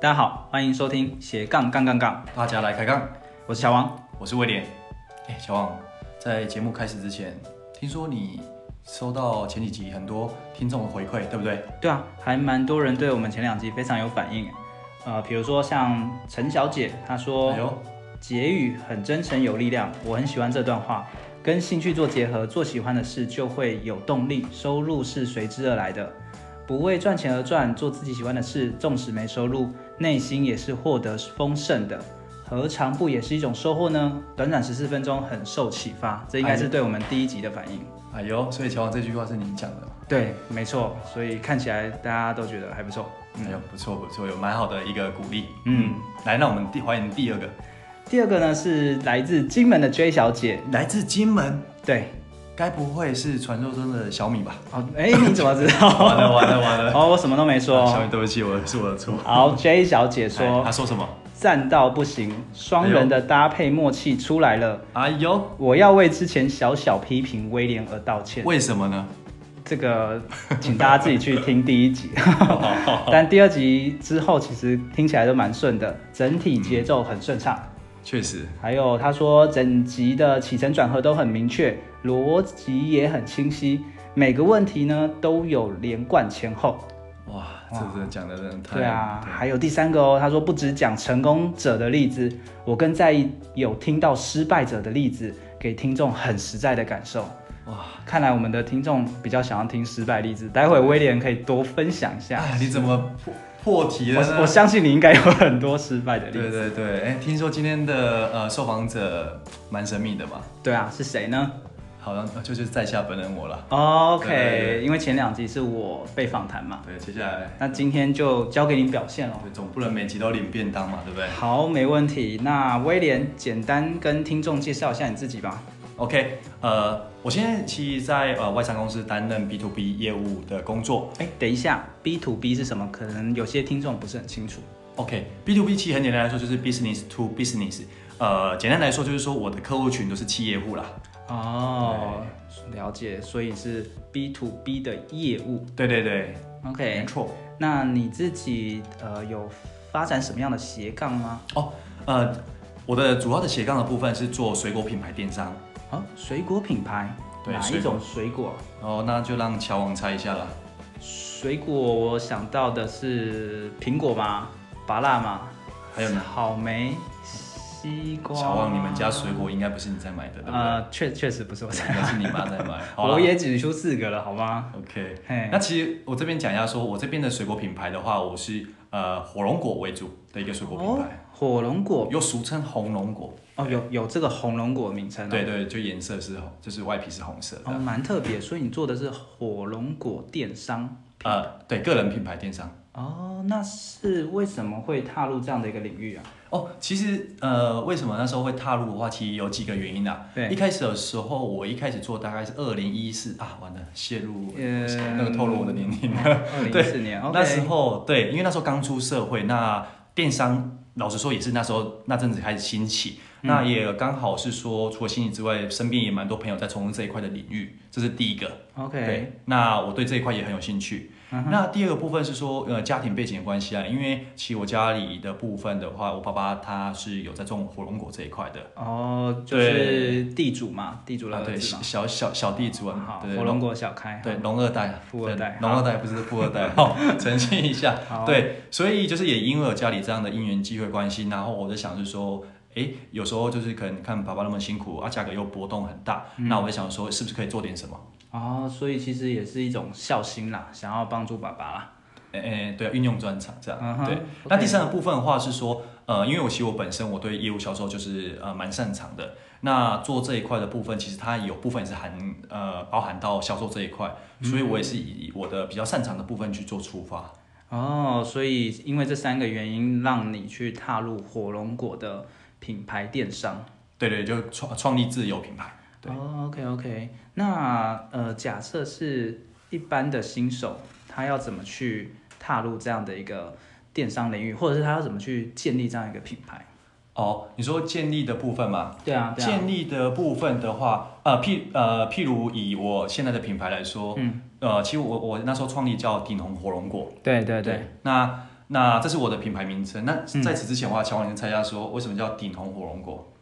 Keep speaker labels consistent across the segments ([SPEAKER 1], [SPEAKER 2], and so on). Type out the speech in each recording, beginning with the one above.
[SPEAKER 1] 大家好，欢迎收听斜杠杠杠杠，
[SPEAKER 2] 大家来开杠，
[SPEAKER 1] 我是小王。
[SPEAKER 2] 我是威廉。哎，小王，在节目开始之前，听说你收到前几集很多听众的回馈，对不对？
[SPEAKER 1] 对啊，还蛮多人对我们前两集非常有反应，呃，比如说像陈小姐，她说
[SPEAKER 2] 哎呦，
[SPEAKER 1] 结语很真诚有力量，我很喜欢这段话，跟兴趣做结合，做喜欢的事就会有动力，收入是随之而来的。不为赚钱而赚，做自己喜欢的事，纵使没收入，内心也是获得丰盛的，何尝不也是一种收获呢？短短十四分钟，很受启发，这应该是对我们第一集的反应。
[SPEAKER 2] 哎呦，所以小王这句话是你讲的吗？
[SPEAKER 1] 对，没错，所以看起来大家都觉得还不错。
[SPEAKER 2] 哎呦，不错不错，有蛮好的一个鼓励。
[SPEAKER 1] 嗯，
[SPEAKER 2] 来，那我们第欢迎第二个，
[SPEAKER 1] 第二个呢是来自金门的 J 小姐，
[SPEAKER 2] 来自金门，
[SPEAKER 1] 对，
[SPEAKER 2] 该不会是传说中的小米吧？
[SPEAKER 1] 哦，哎，你怎么知道？
[SPEAKER 2] 完了完了 完了！
[SPEAKER 1] 哦，我什么都没
[SPEAKER 2] 啊
[SPEAKER 1] 说
[SPEAKER 2] 小。米，对不起，我是我的错。
[SPEAKER 1] 好，J 小姐
[SPEAKER 2] 哎
[SPEAKER 1] 说
[SPEAKER 2] 他说什么？
[SPEAKER 1] 赞到不行，双人的搭配默契出来了。
[SPEAKER 2] 哎呦，
[SPEAKER 1] 我要为之前小小批评威廉而道歉，
[SPEAKER 2] 为什么呢？
[SPEAKER 1] 这个请大家自己去听第一集，但第二集之后其实听起来都蛮顺的，整体节奏很顺畅。
[SPEAKER 2] 确实，
[SPEAKER 1] 还有他说整集的起承转合都很明确，逻辑也很清晰，每个问题呢都有连贯前后。
[SPEAKER 2] 哇，这真的讲的真的太
[SPEAKER 1] 对啊，还有第三个哦，他说不只讲成功者的例子，我更在意有听到失败者的例子，给听众很实在的感受。
[SPEAKER 2] 哇，
[SPEAKER 1] 看来我们的听众比较想要听失败例子，待会威廉可以多分享一下。
[SPEAKER 2] 哎，你怎么破破题了呢？
[SPEAKER 1] 我我相信你应该有很多失败的例
[SPEAKER 2] 对
[SPEAKER 1] 子。
[SPEAKER 2] 对对，哎，听说今天的呃受访者蛮神秘的嘛，
[SPEAKER 1] 对啊，是谁呢
[SPEAKER 2] 好像呃就就是在下本人我了。
[SPEAKER 1] ？OK，
[SPEAKER 2] 对对对
[SPEAKER 1] 因为前两集是我被访谈嘛，
[SPEAKER 2] 对，接下来
[SPEAKER 1] 那今天就交给你表现了。
[SPEAKER 2] 对总不能每集都领便当嘛，对不对
[SPEAKER 1] 好，没问题。那威廉，简单跟听众介绍一下你自己吧。
[SPEAKER 2] ？OK，呃，我现在其实在呃外商公司担任 B to B 业务的工作。
[SPEAKER 1] 哎，等一下，B to B 是什么？可能有些听众不是很清楚。
[SPEAKER 2] OK，B to B 其实很简单来说就是 business to business，呃，简单来说就是说我的客户群都是企业户啦。
[SPEAKER 1] 哦，了解。所以是 B to B 的业务。
[SPEAKER 2] 对对对，没
[SPEAKER 1] OK，
[SPEAKER 2] 错。
[SPEAKER 1] 那你自己呃有发展什么样的斜杠吗？
[SPEAKER 2] 哦，呃，我的主要的斜杠的部分是做水果品牌电商，
[SPEAKER 1] 啊，水果品牌，
[SPEAKER 2] 对
[SPEAKER 1] 哪一
[SPEAKER 2] 水果
[SPEAKER 1] 种水果？
[SPEAKER 2] 哦，那就让乔王猜一下啦。
[SPEAKER 1] 水果我想到的是苹果嘛，芭辣嘛，
[SPEAKER 2] 还有呢？
[SPEAKER 1] 草莓、西瓜。
[SPEAKER 2] 小王，你们家水果应该不是你在买的，对不对？
[SPEAKER 1] 呃，确确实不是我在
[SPEAKER 2] 应该是你妈在买。好啦
[SPEAKER 1] 我也举出四个了，好吗？
[SPEAKER 2] OK
[SPEAKER 1] 嘿。
[SPEAKER 2] 那其实我这边讲一下说，我这边的水果品牌的话，我是呃火龙果为主的一个水果品牌，
[SPEAKER 1] 哦火龙果
[SPEAKER 2] 又俗称红龙果。
[SPEAKER 1] 哦，有有这个红龙果名称、啊，
[SPEAKER 2] 对，对，就颜色是红，就是外皮是红色
[SPEAKER 1] 哦，
[SPEAKER 2] 的。
[SPEAKER 1] 蛮特别。所以你做的是火龙果电商
[SPEAKER 2] 呃，对，个人品牌电商。
[SPEAKER 1] 哦，那是为什么会踏入这样的一个领域啊？
[SPEAKER 2] 哦，其实呃，为什么那时候会踏入的话，其实有几个原因啊。
[SPEAKER 1] 对
[SPEAKER 2] 一开始的时候，我一开始做大概是二零一四啊，完了，泄露
[SPEAKER 1] 嗯
[SPEAKER 2] 那个透露我的年龄了。
[SPEAKER 1] 哦二零一四年
[SPEAKER 2] 那
[SPEAKER 1] ，OK，
[SPEAKER 2] 时候对，因为那时候刚出社会，那电商老实说也是那时候那阵子开始兴起，
[SPEAKER 1] 嗯
[SPEAKER 2] 那也刚好是说除了兴起之外，身边也蛮多朋友在从事这一块的领域，这是第一个。
[SPEAKER 1] OK，
[SPEAKER 2] 对，那我对这一块也很有兴趣。
[SPEAKER 1] 嗯
[SPEAKER 2] 那第二个部分是说，呃，家庭背景的关系啊，因为其实我家里的部分的话，我爸爸他是有在种火龙果这一块的，
[SPEAKER 1] 哦，就是地主嘛，地主的
[SPEAKER 2] 啊，
[SPEAKER 1] 儿
[SPEAKER 2] 对，
[SPEAKER 1] 子嘛，
[SPEAKER 2] 小小小地主啊
[SPEAKER 1] 好，，
[SPEAKER 2] 对，
[SPEAKER 1] 火龙果小开，
[SPEAKER 2] 对，农二代，啊
[SPEAKER 1] 富二代
[SPEAKER 2] 对农二代不是富二代，好，澄清一下
[SPEAKER 1] 好。
[SPEAKER 2] 对，所以就是也因为有家里这样的因缘机会关系，然后我就想是说，诶，有时候就是可能看爸爸那么辛苦啊，价格又波动很大，
[SPEAKER 1] 嗯
[SPEAKER 2] 那我就想说，是不是可以做点什么？
[SPEAKER 1] 哦，所以其实也是一种孝心啦，想要帮助爸爸啦，
[SPEAKER 2] 诶、诶对啊，运用专长这样。
[SPEAKER 1] 嗯哼
[SPEAKER 2] 对
[SPEAKER 1] OK，
[SPEAKER 2] 那第三个部分的话是说，呃，因为我其实我本身我对业务销售就是呃蛮擅长的。那做这一块的部分，其实它有部分也是含呃包含到销售这一块，所以
[SPEAKER 1] 嗯
[SPEAKER 2] 我也是以我的比较擅长的部分去做出发。
[SPEAKER 1] 哦，所以因为这三个原因，让你去踏入火龙果的品牌电商。
[SPEAKER 2] 对对，就创创立自有品牌。对
[SPEAKER 1] 哦，OK OK，那呃，假设是一般的新手，他要怎么去踏入这样的一个电商领域，或者是他要怎么去建立这样一个品牌？
[SPEAKER 2] 哦，你说建立的部分吗？
[SPEAKER 1] 对啊，对啊，
[SPEAKER 2] 建立的部分的话，呃，譬呃，譬如以我现在的品牌来说，
[SPEAKER 1] 嗯，
[SPEAKER 2] 呃，其实我我那时候创立叫鼎红火龙果，
[SPEAKER 1] 对对对，，
[SPEAKER 2] 那那这是我的品牌名称。那
[SPEAKER 1] 嗯
[SPEAKER 2] 在此之前的话，小婉先猜一下说，为什么叫鼎红火龙果？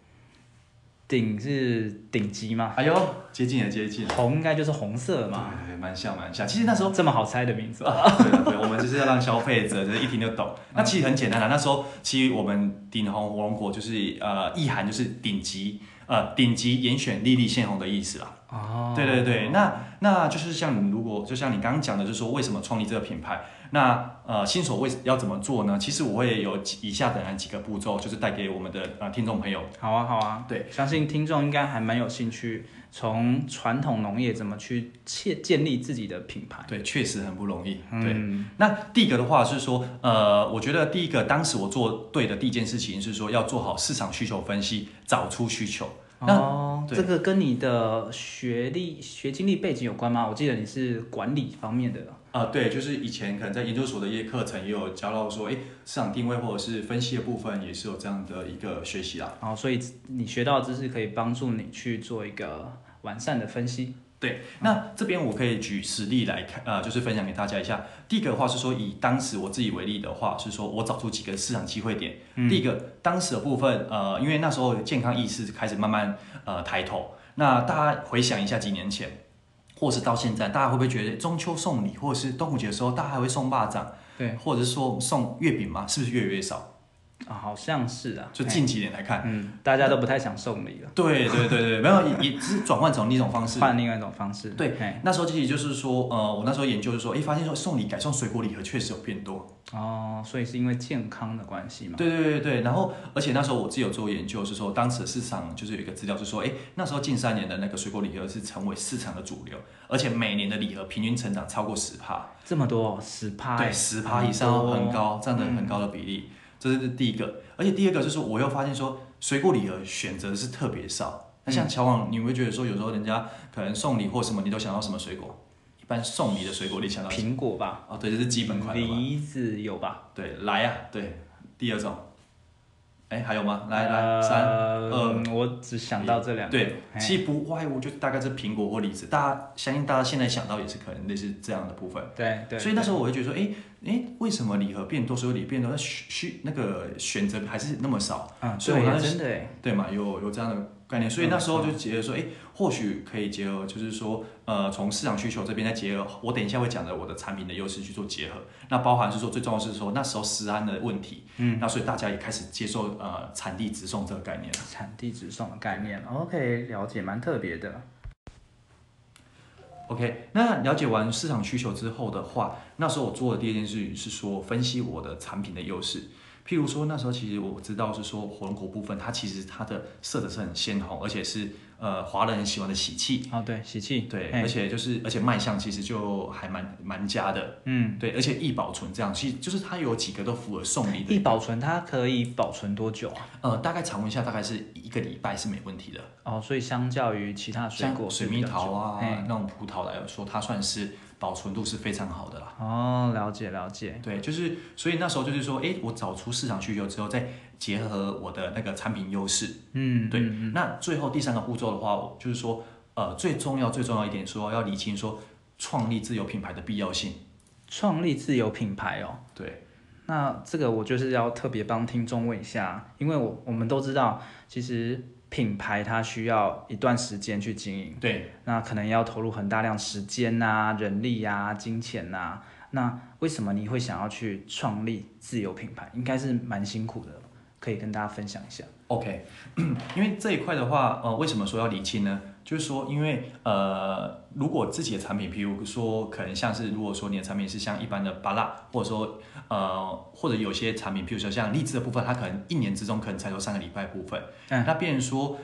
[SPEAKER 1] 顶是顶级嘛，
[SPEAKER 2] 哎呦，接近了，接近了，
[SPEAKER 1] 红应该就是红色嘛，
[SPEAKER 2] 对，蛮像蛮像。其实那时候。
[SPEAKER 1] 这么好猜的名字。哦
[SPEAKER 2] 啊对对对，我们就是要让消费者就是一听就懂。那其实很简单啊啦，那时候其实我们鼎红火龙果就是呃意涵就是顶级呃顶级严选粒粒鲜红的意思啦。
[SPEAKER 1] 哦
[SPEAKER 2] 对对对，那那就是像你如果就像你刚刚讲的，就是说为什么创立这个品牌？那呃，新手为要怎么做呢？其实我会有几以下的那几个步骤，就是带给我们的呃听众朋友。
[SPEAKER 1] 好啊，好啊，
[SPEAKER 2] 对，
[SPEAKER 1] 相信听众应该还蛮有兴趣，从传统农业怎么去建建立自己的品牌。
[SPEAKER 2] 对，确实很不容易。对，
[SPEAKER 1] 嗯，
[SPEAKER 2] 那第一个的话是说，呃，我觉得第一个当时我做对的第一件事情是说要做好市场需求分析，找出需求。那
[SPEAKER 1] 哦，
[SPEAKER 2] 对
[SPEAKER 1] 这个跟你的学历、学经历背景有关吗？我记得你是管理方面的。
[SPEAKER 2] 啊、对，就是以前可能在研究所的一些课程也有教到说，哎，市场定位或者是分析的部分也是有这样的一个学习啦。啊
[SPEAKER 1] 然后，所以你学到的知识可以帮助你去做一个完善的分析。
[SPEAKER 2] 对，那这边我可以举实例来看，呃，就是分享给大家一下。第一个的话是说，以当时我自己为例的话，是说我找出几个市场机会点。第一个，当时的部分，呃，因为那时候健康意识开始慢慢呃抬头，那大家回想一下几年前，或是到现在，大家会不会觉得中秋送礼，或者是端午节的时候，大家还会送蚂蚱，
[SPEAKER 1] 对，
[SPEAKER 2] 或者是说送月饼嘛？是不是越来越少？
[SPEAKER 1] 啊，好像是啊，
[SPEAKER 2] 就
[SPEAKER 1] 嘿
[SPEAKER 2] 近几年来看，
[SPEAKER 1] 嗯，大家都不太想送礼了，
[SPEAKER 2] 对对对对，没有，也也只是转换成另一种方式。
[SPEAKER 1] 换另外一种方式。
[SPEAKER 2] 对
[SPEAKER 1] 嘿，
[SPEAKER 2] 那时候其实就是说，呃，我那时候研究就说，哎，发现说送礼改送水果礼盒确实有变多。
[SPEAKER 1] 哦，所以是因为健康的关系嘛。
[SPEAKER 2] 对对对对，然后而且那时候我自己有做研究，是说当时的市场就是有一个资料是说，哎，那时候近三年的那个水果礼盒是成为市场的主流，而且每年的礼盒平均成长超过十趴，
[SPEAKER 1] 这么多十趴，欸
[SPEAKER 2] 对，十趴以上哦哎很高，占的很高的比例，这是第一个。而且第二个就是我又发现说，水果礼盒选择是特别少。那像乔王，你会觉得说，有时候人家可能送礼或什么，你都想要什么水果？一般送礼的水果，你想到什么
[SPEAKER 1] 苹果吧，
[SPEAKER 2] 哦，对，这是基本款的嘛。
[SPEAKER 1] 梨子有吧？
[SPEAKER 2] 对，来呀、对，第二种。哎，还有吗？来来，
[SPEAKER 1] 呃
[SPEAKER 2] 三
[SPEAKER 1] 嗯我只想到这两个。
[SPEAKER 2] 对，
[SPEAKER 1] 嘿
[SPEAKER 2] 其实不外乎就大概是苹果或梨子，大家相信大家现在想到也是可能类似这样的部分。
[SPEAKER 1] 对对，
[SPEAKER 2] 所以那时候我会觉得说，哎哎，为什么礼盒变多，所有礼变多，那需需那个选择还是那么少？
[SPEAKER 1] 啊，
[SPEAKER 2] 所以我
[SPEAKER 1] 对，
[SPEAKER 2] 当时
[SPEAKER 1] 真的哎，
[SPEAKER 2] 对嘛，有有这样的概念，所以那时候就结合说，哎、或许可以结合，就是说，呃，从市场需求这边再结合，我等一下会讲的我的产品的优势去做结合。那包含是说，最重要是说那时候食安的问题，嗯，那所以大家也开始接受呃产地直送这个概念了。
[SPEAKER 1] 产地直送的概念，OK，了解，蛮特别的。
[SPEAKER 2] OK，那了解完市场需求之后的话，那时候我做的第一件事情是说分析我的产品的优势。譬如说那时候其实我知道是说火龙果部分，它其实它的色泽是很鲜红，而且是呃华人很喜欢的喜气。
[SPEAKER 1] 哦，对，喜气，
[SPEAKER 2] 对，
[SPEAKER 1] 嘿
[SPEAKER 2] 而且就是而且卖相其实就还蛮蛮佳的，
[SPEAKER 1] 嗯，
[SPEAKER 2] 对，而且易保存这样，其实就是它有几个都符合送礼
[SPEAKER 1] 易
[SPEAKER 2] 的，
[SPEAKER 1] 保存它可以保存多久啊？
[SPEAKER 2] 呃，大概常温下大概是一个礼拜是没问题的，
[SPEAKER 1] 哦，所以相较于其他水
[SPEAKER 2] 像
[SPEAKER 1] 果是
[SPEAKER 2] 水
[SPEAKER 1] 比
[SPEAKER 2] 蜜
[SPEAKER 1] 较久，
[SPEAKER 2] 桃啊
[SPEAKER 1] 嘿
[SPEAKER 2] 那种葡萄来说，它算是保存度是非常好的啦。
[SPEAKER 1] 哦，了解了解，
[SPEAKER 2] 对，就是所以那时候就是说，哎，我找出市场需求之后，再结合我的那个产品优势，
[SPEAKER 1] 嗯，
[SPEAKER 2] 对，
[SPEAKER 1] 嗯
[SPEAKER 2] 那最后第三个步骤的话，我就是说，呃，最重要最重要一点说要理清说创立自有品牌的必要性，
[SPEAKER 1] 创立自有品牌哦，
[SPEAKER 2] 对。
[SPEAKER 1] 那这个我就是要特别帮听众问一下，因为我我们都知道，其实品牌它需要一段时间去经营，
[SPEAKER 2] 对，
[SPEAKER 1] 那可能要投入很大量时间呐、人力啊、金钱呐、那为什么你会想要去创立自有品牌？应该是蛮辛苦的，可以跟大家分享一下。
[SPEAKER 2] OK，因为这一块的话，呃，为什么说要理清呢？就是说，因为呃，如果自己的产品，譬如说可能像是如果说你的产品是像一般的巴拉，或者说呃或者有些产品，譬如说像荔枝的部分，它可能一年之中可能才有三个礼拜的部分，
[SPEAKER 1] 嗯
[SPEAKER 2] 那变成说。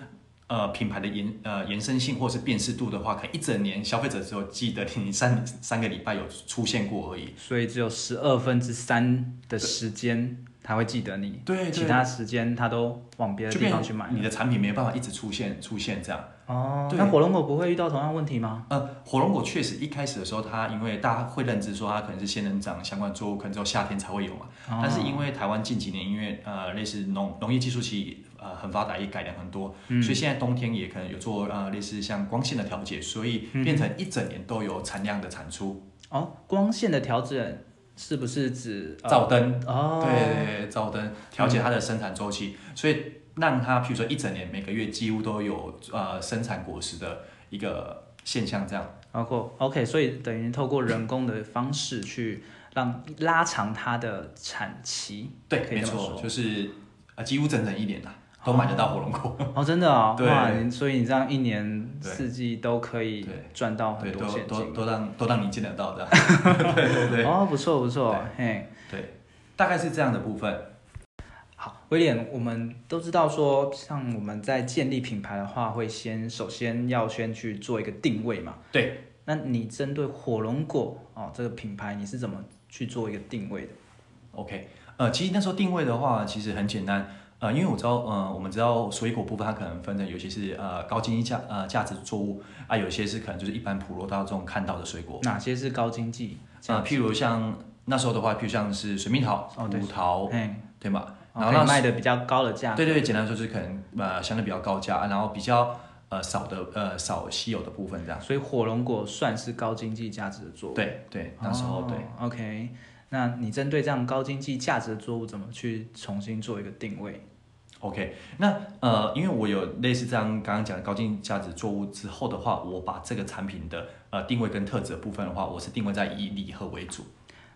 [SPEAKER 2] 呃，品牌的延呃延伸性或是辨识度的话，可能一整年消费者只有记得你三三个礼拜有出现过而已。
[SPEAKER 1] 所以只有十二分之三的时间他会记得你，
[SPEAKER 2] 对对
[SPEAKER 1] 其他时间他都往别的
[SPEAKER 2] 就
[SPEAKER 1] 地
[SPEAKER 2] 变
[SPEAKER 1] 方
[SPEAKER 2] 成
[SPEAKER 1] 去买
[SPEAKER 2] 你
[SPEAKER 1] 了。
[SPEAKER 2] 的产品没有办法一直出现出现这样。
[SPEAKER 1] 哦，
[SPEAKER 2] 对
[SPEAKER 1] 那火龙果不会遇到同样问题吗？
[SPEAKER 2] 呃，火龙果确实一开始的时候，它因为大家会认知说它可能是仙人掌相关作物，可能只有夏天才会有嘛。
[SPEAKER 1] 哦
[SPEAKER 2] 但是因为台湾近几年因为呃类似农农业技术其实呃很发达，也改良很多，
[SPEAKER 1] 嗯
[SPEAKER 2] 所以现在冬天也可能有做呃类似像光线的调节，所以
[SPEAKER 1] 嗯
[SPEAKER 2] 变成一整年都有产量的产出。
[SPEAKER 1] 哦，光线的调整是不是指、呃
[SPEAKER 2] 照灯
[SPEAKER 1] 哦，嗯
[SPEAKER 2] 对对对，照灯调节它的生产周期，所以让它譬如说一整年每个月几乎都有呃生产果实的一个现象这样。
[SPEAKER 1] 包括 OK，所以等于透过人工的方式去让拉长它的产期，
[SPEAKER 2] 对，
[SPEAKER 1] 可以
[SPEAKER 2] 没
[SPEAKER 1] 这么
[SPEAKER 2] 错，
[SPEAKER 1] 说。
[SPEAKER 2] 就是呃几乎整整一年啦、都买得到火龙果。
[SPEAKER 1] 哦，真的哦，
[SPEAKER 2] 对
[SPEAKER 1] 哇，你所以你这样一年
[SPEAKER 2] 对
[SPEAKER 1] 四季都可以
[SPEAKER 2] 对
[SPEAKER 1] 赚到很
[SPEAKER 2] 对，
[SPEAKER 1] 哦多
[SPEAKER 2] 都
[SPEAKER 1] 现
[SPEAKER 2] 都
[SPEAKER 1] 金。
[SPEAKER 2] 都让都让你见得到的。对对对
[SPEAKER 1] 哦，不错不错，嘿，
[SPEAKER 2] 对，大概是这样的部分。
[SPEAKER 1] 好，威廉，我们都知道说，像我们在建立品牌的话，会先首先要先去做一个定位嘛。
[SPEAKER 2] 对，
[SPEAKER 1] 那你针对火龙果哦这个品牌，你是怎么去做一个定位的？
[SPEAKER 2] OK，呃，其实那时候定位的话，其实很简单。呃，因为我知道，呃，我们知道水果部分它可能分成，有些是呃高经济价呃价值作物啊，有些是可能就是一般普罗大众看到的水果。
[SPEAKER 1] 哪些是高经济？
[SPEAKER 2] 呃，譬如像那时候的话，譬如像是水蜜桃、
[SPEAKER 1] 哦
[SPEAKER 2] 葡
[SPEAKER 1] 对
[SPEAKER 2] 萄，
[SPEAKER 1] 嘿，
[SPEAKER 2] 对吗？然
[SPEAKER 1] 哦
[SPEAKER 2] 后
[SPEAKER 1] 可
[SPEAKER 2] 啊那
[SPEAKER 1] 以卖的比较高的价格。
[SPEAKER 2] 对对，简单说就是可能呃相对比较高价，啊然后比较呃少的呃少稀有的部分这样。
[SPEAKER 1] 所以火龙果算是高经济价值的作物。
[SPEAKER 2] 对对，那时候、
[SPEAKER 1] 哦
[SPEAKER 2] 对。
[SPEAKER 1] OK，那你针对这样高经济价值的作物，怎么去重新做一个定位？
[SPEAKER 2] OK，那呃，因为我有类似这样刚刚讲的高经济价值作物之后的话，我把这个产品的呃定位跟特质的部分的话，我是定位在以礼盒为主。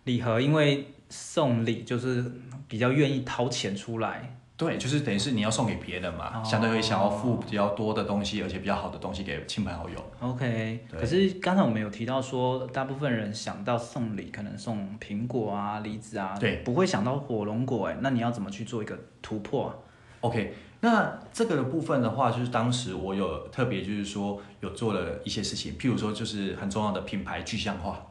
[SPEAKER 1] 礼盒，因为送礼就是比较愿意掏钱出来，
[SPEAKER 2] 对，就是等于是你要送给别人嘛，
[SPEAKER 1] 哦
[SPEAKER 2] 相对会想要付比较多的东西，而且比较好的东西给亲朋好友。
[SPEAKER 1] OK，
[SPEAKER 2] 对
[SPEAKER 1] 可是刚才我们有提到说，大部分人想到送礼，可能送苹果啊、梨子啊，
[SPEAKER 2] 对
[SPEAKER 1] 不会想到火龙果、哎，那你要怎么去做一个突破、啊？
[SPEAKER 2] OK，那这个的部分的话，就是当时我有特别就是说有做了一些事情，譬如说就是很重要的品牌具象化。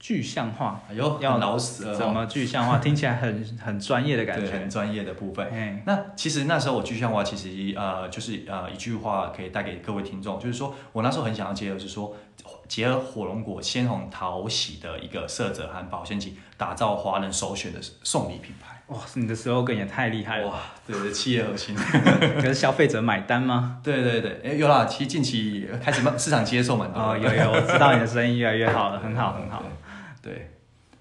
[SPEAKER 1] 具象化，
[SPEAKER 2] 哎呦，
[SPEAKER 1] 要
[SPEAKER 2] 老死了
[SPEAKER 1] 怎
[SPEAKER 2] 哦，
[SPEAKER 1] 么具象化？听起来很很专业的感
[SPEAKER 2] 对，
[SPEAKER 1] 觉
[SPEAKER 2] 很。专业的部分。
[SPEAKER 1] 哎，
[SPEAKER 2] 那其实那时候我具象化，其实呃，就是呃一句话可以带给各位听众，就是说我那时候很想要结合，就是说结合火龙果、鲜红桃喜的一个色泽和保鲜期，打造华人首选的送礼品牌。
[SPEAKER 1] 哇，你的 slogan 也太厉害了！
[SPEAKER 2] 哇，对对，企业核心。
[SPEAKER 1] 可是消费者买单吗？
[SPEAKER 2] 对对对，哎，有啦，其实近期开始慢市场接受蛮多的。
[SPEAKER 1] 哦，有有，我知道你的声音越来越好了，很好很好。
[SPEAKER 2] 对。对，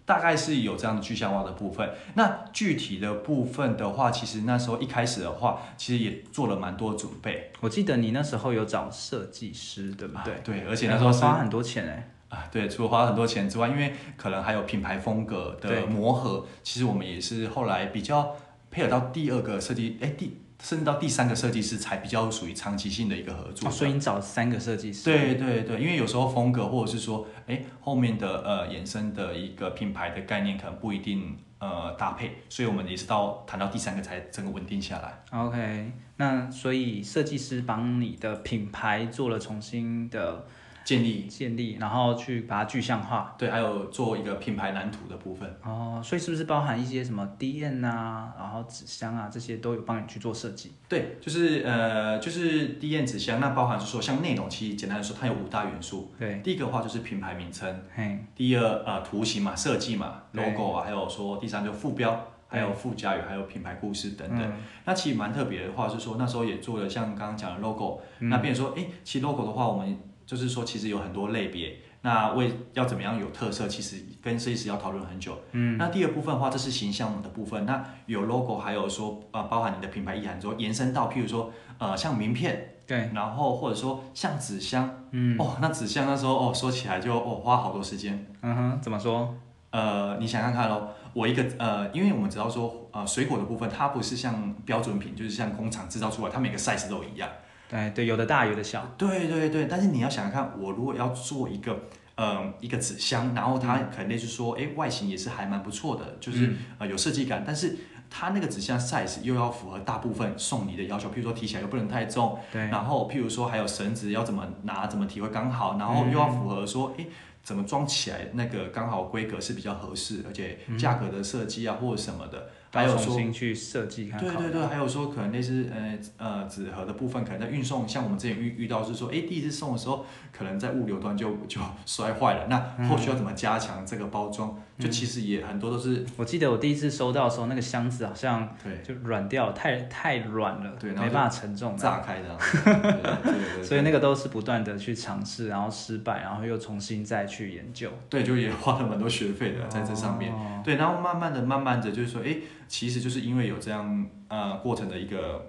[SPEAKER 2] 大概是有这样的具象化的部分。那具体的部分的话，其实那时候一开始的话，其实也做了蛮多准备，
[SPEAKER 1] 我记得你那时候有找设计师，对不对？哎
[SPEAKER 2] 啊对，而且那时候是
[SPEAKER 1] 花很多钱哎。
[SPEAKER 2] 啊，对，除了花很多钱之外，因为可能还有品牌风格
[SPEAKER 1] 对
[SPEAKER 2] 的磨合，其实我们也是后来比较配合到第二个设计，哎，第甚至到第三个设计师才比较属于长期性的一个合作。
[SPEAKER 1] 哦所以你找三个设计师。
[SPEAKER 2] 对对对，因为有时候风格或者是说，哎，后面的呃衍生的一个品牌的概念可能不一定呃搭配，所以我们也是到谈到第三个才整个稳定下来。
[SPEAKER 1] OK，那所以设计师帮你的品牌做了重新的
[SPEAKER 2] 建立
[SPEAKER 1] 建立，然后去把它具象化。
[SPEAKER 2] 对，还有做一个品牌蓝图的部分。
[SPEAKER 1] 哦，所以是不是包含一些什么 DN 啊，然后纸箱啊这些都有帮你去做设计？
[SPEAKER 2] 对，就是呃，就是低燕纸箱，那包含是说像内容，其实简单来说，它有五大元素。
[SPEAKER 1] 对，
[SPEAKER 2] 第一个的话就是品牌名称，
[SPEAKER 1] 嘿，
[SPEAKER 2] 第二呃图形嘛、设计嘛、
[SPEAKER 1] 对
[SPEAKER 2] logo 啊，还有说第三就副标，还有附加语，还有品牌故事等等。那其实蛮特别的话是说，那时候也做了像刚刚讲的 logo，、那变成说，哎、其实 logo 的话，我们就是说其实有很多类别。那为要怎么样有特色，其实跟设计师要讨论很久。嗯，那第二部分的话，这是形象的部分。那有 logo，还有说呃，包含你的品牌意涵之后，延伸到譬如说呃，像名片，
[SPEAKER 1] 对，
[SPEAKER 2] 然后或者说像纸箱，嗯，哦，那纸箱那时候哦，说起来就哦花好多时间。
[SPEAKER 1] 嗯哼，怎么说？
[SPEAKER 2] 呃，你想想看咯，我一个呃，因为我们知道说呃水果的部分，它不是像标准品，就是像工厂制造出来，它每个 size 都一样。
[SPEAKER 1] 哎，对，有的大有的小，
[SPEAKER 2] 对对对，但是你要想想看，我如果要做一个。嗯，一个纸箱，然后它可能类似说，哎、外形也是还蛮不错的，就是、呃有设计感，但是它那个纸箱 size 又要符合大部分送你的要求，譬如说提起来又不能太重，
[SPEAKER 1] 对，
[SPEAKER 2] 然后譬如说还有绳子要怎么拿、怎么提会刚好，然后
[SPEAKER 1] 嗯
[SPEAKER 2] 又要符合说，哎、怎么装起来那个刚好规格是比较合适，而且价格的设计啊、或者什么的，还
[SPEAKER 1] 要
[SPEAKER 2] 有
[SPEAKER 1] 嗯重
[SPEAKER 2] 说。
[SPEAKER 1] 新去设计看
[SPEAKER 2] 对
[SPEAKER 1] 考
[SPEAKER 2] 对
[SPEAKER 1] 虑
[SPEAKER 2] 对，还有说可能类似呃呃纸盒的部分，可能在运送，像我们之前遇遇到是说，哎，第一次送的时候，可能在物流端就就 摔坏了，
[SPEAKER 1] 嗯
[SPEAKER 2] 那后续要怎么加强这个包装？就其实也很多都是
[SPEAKER 1] 我记得我第一次收到的时候，那个箱子好像
[SPEAKER 2] 对
[SPEAKER 1] 就软掉了，太太软了，
[SPEAKER 2] 对然后
[SPEAKER 1] 没
[SPEAKER 2] 就
[SPEAKER 1] 办法承重了。
[SPEAKER 2] 炸开 的啊，对对对对，
[SPEAKER 1] 所以那
[SPEAKER 2] 个
[SPEAKER 1] 个都是不断的去尝试，然后失败，然后又重新再去研究。
[SPEAKER 2] 对就也花了蛮多学费的在这上面。
[SPEAKER 1] 哦
[SPEAKER 2] 对，然后慢慢的、慢慢的，就是说，哎，其实就是因为有这样呃过程的一个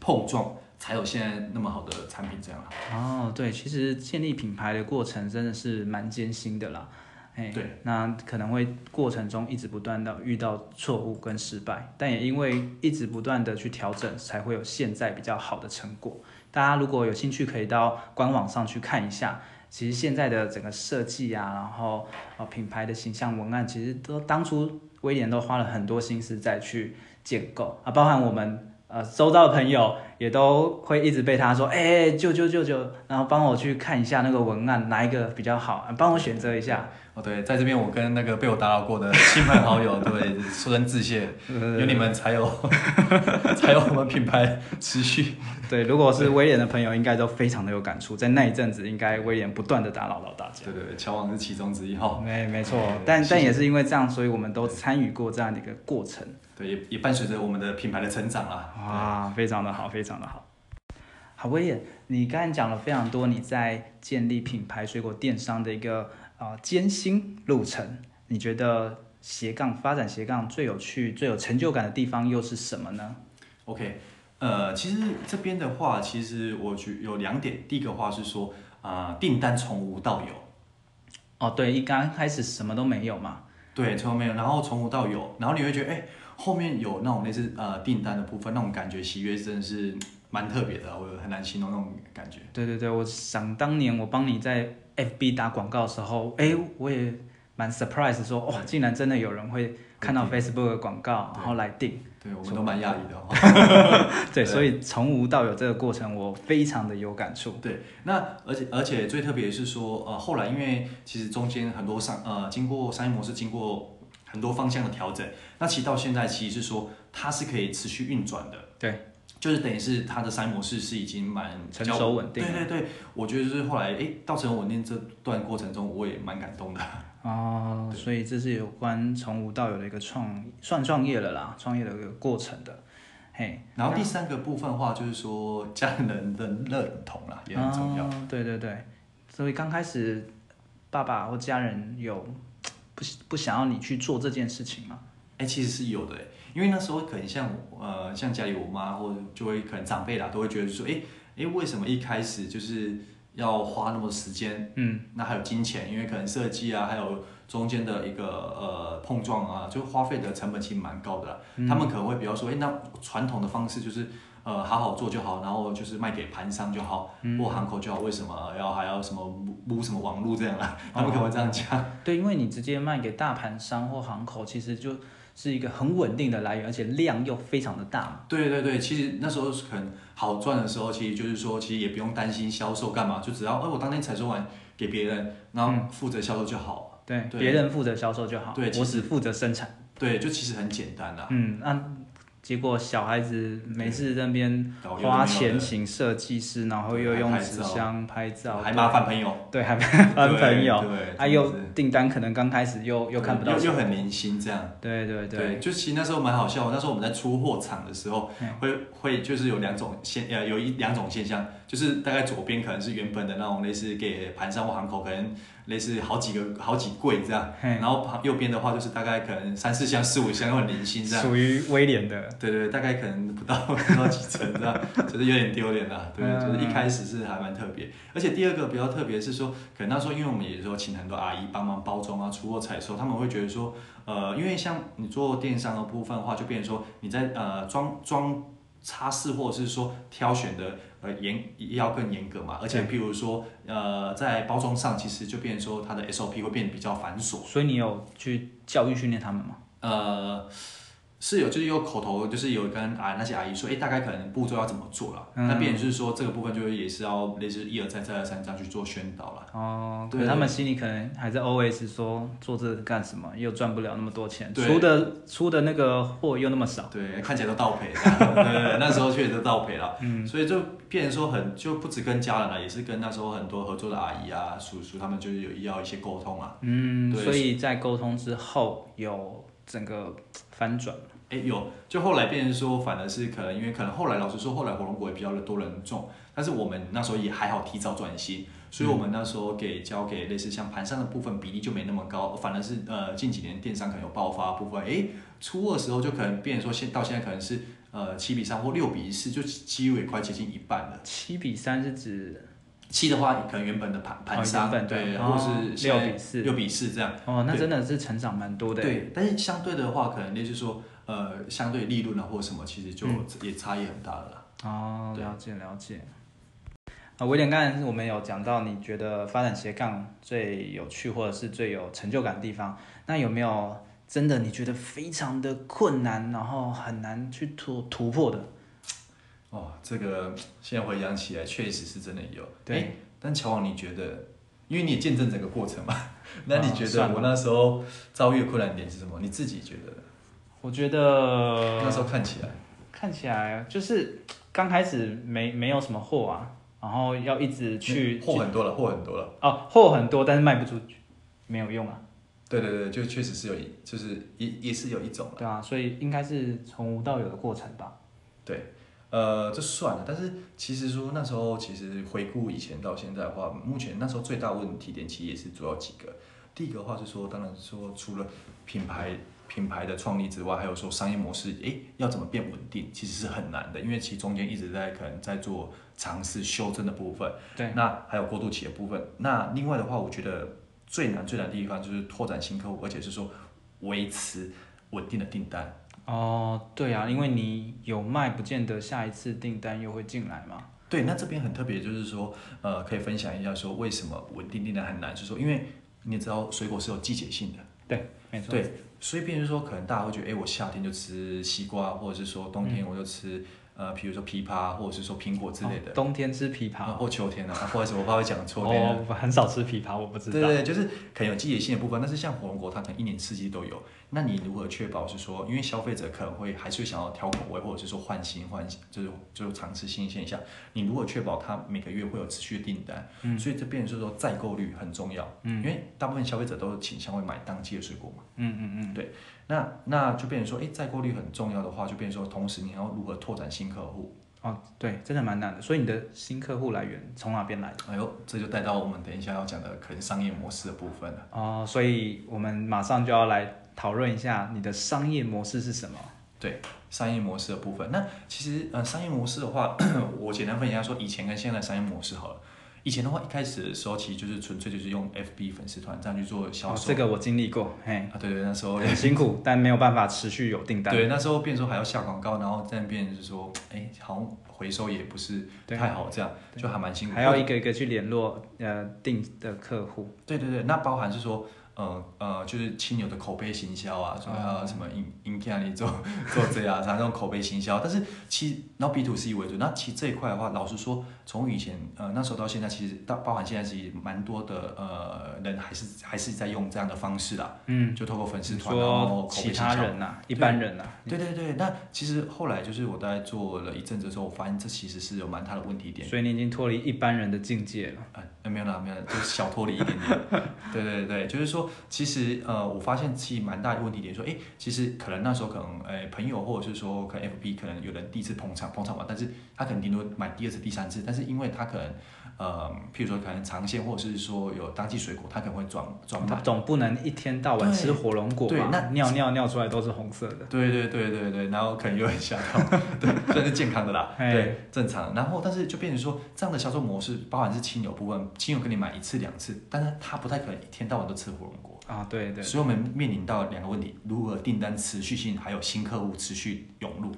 [SPEAKER 2] 碰撞，才有现在那么好的产品这样啊。
[SPEAKER 1] 哦，对，其实建立品牌的过程真的是蛮艰辛的啦。哎，
[SPEAKER 2] 对，
[SPEAKER 1] 那可能会过程中一直不断的遇到错误跟失败，但也因为一直不断的去调整，才会有现在比较好的成果。大家如果有兴趣，可以到官网上去看一下。其实现在的整个设计啊，然后呃品牌的形象文案，其实都当初威廉都花了很多心思在去建构啊，包含我们呃收到的朋友也都会一直被他说，哎、舅舅舅舅，然后帮我去看一下那个文案哪一个比较好，啊帮我选择一下。
[SPEAKER 2] 哦，对，在这边我跟那个被我打扰过的亲朋好友，对，说声致谢，有你们才有 才有我们品牌持续。
[SPEAKER 1] 对，如果是威廉的朋友，应该都非常的有感触，在那一阵子，应该威廉不断的打扰到大家。
[SPEAKER 2] 对对对，乔王是其中之一哈。
[SPEAKER 1] 哦没没错
[SPEAKER 2] 对对，
[SPEAKER 1] 但
[SPEAKER 2] 谢谢
[SPEAKER 1] 但也是因为这样，所以我们都参与过这样的一个过程。
[SPEAKER 2] 对，也也伴随着我们的品牌的成长啦。
[SPEAKER 1] 哇，啊非常的好，非常的好。好，威也，你刚才讲了非常多你在建立品牌水果电商的一个呃艰辛路程，你觉得斜杠发展斜杠最有趣、最有成就感的地方又是什么呢？
[SPEAKER 2] OK，呃，其实这边的话，其实我觉有两点，第一个话是说啊、订单从无到有。
[SPEAKER 1] 哦，对，一刚开始什么都没有嘛，
[SPEAKER 2] 对，从没有，然后从无到有，然后你会觉得，哎、后面有那种类似呃订单的部分，那种感觉喜悦真的是蛮特别的啊，我很难形容那种感觉。
[SPEAKER 1] 对对对，我想当年我帮你在 FB 打广告的时候，哎，我也蛮 surprise 说，哇，竟然真的有人会看到 Facebook 的广告，然后来订。
[SPEAKER 2] 对，我们都蛮讶异的哦。
[SPEAKER 1] 对，所以从无到有这个过程，我非常的有感触。
[SPEAKER 2] 对，那而且而且最特别的是说，呃，后来因为其实中间很多商呃，经过商业模式经过很多方向的调整，那其实到现在其实是说它是可以持续运转的。
[SPEAKER 1] 对，
[SPEAKER 2] 就是等于是它的商业模式是已经蛮
[SPEAKER 1] 成
[SPEAKER 2] 比较
[SPEAKER 1] 熟稳定
[SPEAKER 2] 对对对，我觉得就是后来诶，到成熟稳定这段过程中，我也蛮感动的。
[SPEAKER 1] 哦，所以这是有关从无到有的一个创算创业了啦，创业的一个过程的。嘿，
[SPEAKER 2] 然后第三个部分的话，就是说家人的认同啦，也很重要。
[SPEAKER 1] 哦对对对，所以刚开始爸爸或家人有不不想要你去做这件事情吗？
[SPEAKER 2] 哎、其实是有的、欸，因为那时候可能像我呃，像家里我妈或者就会可能长辈啦，都会觉得说，哎、哎、为什么一开始就是要花那么多时间，
[SPEAKER 1] 嗯，
[SPEAKER 2] 那还有金钱，因为可能设计啊，还有中间的一个呃碰撞啊，就花费的成本其实蛮高的啦、他们可能会比较说，哎、那传统的方式就是呃好好做就好，然后就是卖给盘商就好，或行口就好，为什么要还要什么撸什么网路这样啊？他们可能会这样讲。
[SPEAKER 1] 对，因为你直接卖给大盘商或行口，其实就是一个很稳定的来源，而且量又非常的大嘛。
[SPEAKER 2] 对对对，其实那时候是很好赚的时候，其实就是说，其实也不用担心销售干嘛，就只要哎、我当天采收完给别人，然后负责销售就好。
[SPEAKER 1] 对，
[SPEAKER 2] 对
[SPEAKER 1] 别人负责销售就好，
[SPEAKER 2] 对
[SPEAKER 1] 我只负责生产。
[SPEAKER 2] 对，就其实很简单啦、
[SPEAKER 1] 嗯，那结果小孩子每次在那边
[SPEAKER 2] 搞有的
[SPEAKER 1] 花
[SPEAKER 2] 没有
[SPEAKER 1] 钱
[SPEAKER 2] 的
[SPEAKER 1] 请设计师，然后又
[SPEAKER 2] 还
[SPEAKER 1] 用
[SPEAKER 2] 拍
[SPEAKER 1] 纸
[SPEAKER 2] 照
[SPEAKER 1] 箱拍照，
[SPEAKER 2] 还
[SPEAKER 1] 啊对
[SPEAKER 2] 麻，烦朋友，
[SPEAKER 1] 对，还麻烦
[SPEAKER 2] 对
[SPEAKER 1] 朋友，
[SPEAKER 2] 对，
[SPEAKER 1] 啊，
[SPEAKER 2] 真
[SPEAKER 1] 又
[SPEAKER 2] 的是
[SPEAKER 1] 订单可能刚开始又又看不到
[SPEAKER 2] 又
[SPEAKER 1] 什
[SPEAKER 2] 又
[SPEAKER 1] 么，
[SPEAKER 2] 很零星这样。
[SPEAKER 1] 对对对，
[SPEAKER 2] 对，就其实那时候蛮好笑的。那时候我们在出货场的时候
[SPEAKER 1] 嗯，
[SPEAKER 2] 会会就是有两种现呃有一两种现象，就是大概左边可能是原本的那种类似给盘商或行口，可能类似好几个好几柜这样，
[SPEAKER 1] 嘿
[SPEAKER 2] 然后旁右边的话就是大概可能三四箱四五箱，很零星这样。
[SPEAKER 1] 属于威廉的，
[SPEAKER 2] 对对，对大概可能不到不到几成这样，就是有点丢脸啦。对，
[SPEAKER 1] 嗯
[SPEAKER 2] 就是一开始是还蛮特别，而且第二个比较特别是说，可能那时候因为我们也说请很多阿姨帮忙包装啊、出货、采收，他们会觉得说，呃，因为像你做电商的部分的话，就变成说你在呃装装。擦拭或者是说挑选的呃严要更严格嘛，而且譬如说呃在包装上，其实就变成说它的 SOP 会变得比较繁琐，
[SPEAKER 1] 所以你有去教育训练他们吗？
[SPEAKER 2] 呃，是有，就是有口头，就是有跟啊那些阿姨说，哎、大概可能步骤要怎么做啦。
[SPEAKER 1] 嗯
[SPEAKER 2] 那变成就是说这个部分就是也是要类似一而再再而三这样去做宣导啦。
[SPEAKER 1] 哦，
[SPEAKER 2] 对
[SPEAKER 1] 可是他们心里可能还在 always 说做这个干什么，又赚不了那么多钱，
[SPEAKER 2] 对
[SPEAKER 1] 出的出的那个货又那么少，
[SPEAKER 2] 对，看起来都倒赔，对对对，那时候确实都倒赔了，嗯，所以就变成说很就不止跟家人啦，也是跟那时候很多合作的阿姨啊、叔叔他们就是有要一些沟通啊。
[SPEAKER 1] 嗯，
[SPEAKER 2] 对
[SPEAKER 1] 所以在沟通之后有整个翻转，
[SPEAKER 2] 哎，有，就后来变成说，反而是可能因为可能后来老实说，后来火龙果也比较多人种，但是我们那时候也还好提早转型，所以我
[SPEAKER 1] 嗯
[SPEAKER 2] 们那时候给交给类似像盘商的部分比例就没那么高，反而是呃近几年电商可能有爆发的部分，哎，初二的时候就可能变成说现到现在可能是呃七比三或六比四，就几乎也快接近一半了。
[SPEAKER 1] 七比三是指
[SPEAKER 2] 七的话，可能原本的盘盘商、
[SPEAKER 1] 哦原本的
[SPEAKER 2] 对，
[SPEAKER 1] 哦
[SPEAKER 2] 或是现在
[SPEAKER 1] 6比4
[SPEAKER 2] 六比四这样。
[SPEAKER 1] 哦，那
[SPEAKER 2] 对
[SPEAKER 1] 真的是成长蛮多的，，
[SPEAKER 2] 对，但是相对的话，可能也就是说，呃，相对利润啊或什么，其实就
[SPEAKER 1] 嗯
[SPEAKER 2] 也差异很大了啦。
[SPEAKER 1] 哦，
[SPEAKER 2] 对
[SPEAKER 1] 了解了解。啊，威廉，刚才我们有讲到，你觉得发展斜杠最有趣或者是最有成就感的地方，那有没有真的你觉得非常的困难，然后很难去突突破的？
[SPEAKER 2] 哦，这个现在回想起来，确实是真的有。
[SPEAKER 1] 对
[SPEAKER 2] 诶，但乔王，你觉得，因为你也见证整个 过程嘛，那
[SPEAKER 1] 啊
[SPEAKER 2] 你觉
[SPEAKER 1] 算
[SPEAKER 2] 得
[SPEAKER 1] 了
[SPEAKER 2] 我那时候遭遇的困难点是什么？你自己觉得的？
[SPEAKER 1] 我觉得
[SPEAKER 2] 那时候看起来，
[SPEAKER 1] 看起来就是刚开始没没有什么货啊，然后要一直去
[SPEAKER 2] 嗯货很多了，货很多了。
[SPEAKER 1] 哦货很多，但是卖不出去，没有用啊，
[SPEAKER 2] 对对对，就确实是有一，就是也也是有一种。
[SPEAKER 1] 对啊，所以应该是从无到有的过程吧。
[SPEAKER 2] 对，呃，这算了。但是其实说那时候，其实回顾以前到现在的话，目前那时候最大问题点其实也是主要几个。第一个话是说，当然说除了品牌品牌的创立之外，还有说商业模式，诶，要怎么变稳定，其实是很难的，因为其中间一直在可能在做尝试修正的部分。
[SPEAKER 1] 对，
[SPEAKER 2] 那还有过渡期的部分。那另外的话，我觉得最难最难的地方就是拓展新客户，而且是说维持稳定的订单。
[SPEAKER 1] 哦，对啊，因为你有卖，不见得下一次订单又会进来嘛。
[SPEAKER 2] 对，那这边很特别，就是说，呃，可以分享一下说为什么稳定订单很难，就是说，因为你也知道水果是有季节性的，
[SPEAKER 1] 对，没错。，哦
[SPEAKER 2] 对，所以变成说，可能大家会觉得，哎，我夏天就吃西瓜，或者是说冬天我就吃，呃，比如说枇杷，或者是说苹果之类的，
[SPEAKER 1] 冬天吃枇杷，
[SPEAKER 2] 啊，或秋天啊，啊或者是我怕会讲错，等一下
[SPEAKER 1] 哦哦，我很少吃枇杷，我不知
[SPEAKER 2] 对
[SPEAKER 1] 道。
[SPEAKER 2] 对，就是可能有季节性的部分，但是像火龙果它可能一年四季都有。那你如何确保是说，因为消费者可能会还是会想要挑口味，或者是说换新换新，就是就是尝试新鲜一下。你如何确保它每个月会有持续的订单？嗯、所以这变成是说再购率很重要，嗯、因为大部分消费者都倾向会买当季的水果嘛。
[SPEAKER 1] 嗯嗯嗯，
[SPEAKER 2] 对，那那就变成说，哎，再购率很重要的话，就变成说，同时你要如何拓展新客户？
[SPEAKER 1] 哦，对，真的蛮难的。所以你的新客户来源从哪边来的？
[SPEAKER 2] 哎呦，这就带到我们等一下要讲的可能商业模式的部分了。
[SPEAKER 1] 哦，所以我们马上就要来讨论一下你的商业模式是什么。
[SPEAKER 2] 对商业模式的部分。那其实呃，商业模式的话， 我简单分享一下说以前跟现在的商业模式好了。以前的话，一开始的时候其实就是纯粹就是用 FB 粉丝团这样去做销
[SPEAKER 1] 哦，
[SPEAKER 2] 售。
[SPEAKER 1] 这个我经历过，嘿，
[SPEAKER 2] 啊，对对，那时候
[SPEAKER 1] 很辛苦，但没有办法持续有订单。
[SPEAKER 2] 对那时候变成说还要下广告，然后再变成是说，哎，好像回收也不是
[SPEAKER 1] 对
[SPEAKER 2] 太好，这样就还蛮辛苦。
[SPEAKER 1] 还要一个一个去联络呃订的客户。
[SPEAKER 2] 对对对，那包含是说，呃呃，就是亲友的口碑行销啊，说
[SPEAKER 1] 哦
[SPEAKER 2] 呃什么影影片里做做这啊样，然后用口碑行销，但是其然后 B to C 为主，那其实这一块的话，老实说，从以前呃那时候到现在，其实到包含现在其实蛮多的呃人还是还是在用这样的方式啦，
[SPEAKER 1] 嗯，
[SPEAKER 2] 就透过粉丝
[SPEAKER 1] 你
[SPEAKER 2] 团然后
[SPEAKER 1] 说
[SPEAKER 2] 口
[SPEAKER 1] 其
[SPEAKER 2] 碑行
[SPEAKER 1] 他
[SPEAKER 2] 销。
[SPEAKER 1] 人呐、一般人呐、
[SPEAKER 2] 对对对，那其实后来就是我大概做了一阵子之后，我发现这其实是有蛮大的问题点。
[SPEAKER 1] 所以你已经脱离一般人的境界了。
[SPEAKER 2] 啊、没有啦，没有啦， 就是小脱离一点点。对对对，就是说，其实呃，我发现其实蛮大的问题点，说，哎，其实可能那时候可能，哎，朋友或者是说，可能 FB 可能有人第一次捧场，捧场完，但是他可能顶多买第二次、第三次，但是因为他可能，呃，譬如说可能长线或者是说有当季水果，他可能会转转
[SPEAKER 1] 他
[SPEAKER 2] 卖。
[SPEAKER 1] 总不能一天到晚
[SPEAKER 2] 对
[SPEAKER 1] 吃火龙果吧？
[SPEAKER 2] 对那
[SPEAKER 1] 尿尿尿出来都是红色的。
[SPEAKER 2] 对对对对对，然后可能又很吓到，对，算是健康的啦，
[SPEAKER 1] 哎
[SPEAKER 2] 对，正常。然后但是就变成说，这样的销售模式，包含是亲友部分，亲友跟你买一次两次，但是他不太可能一天到晚都吃火龙果。
[SPEAKER 1] 啊，对对，
[SPEAKER 2] 所以我们面临到两个问题：如何订单持续性，还有新客户持续涌入。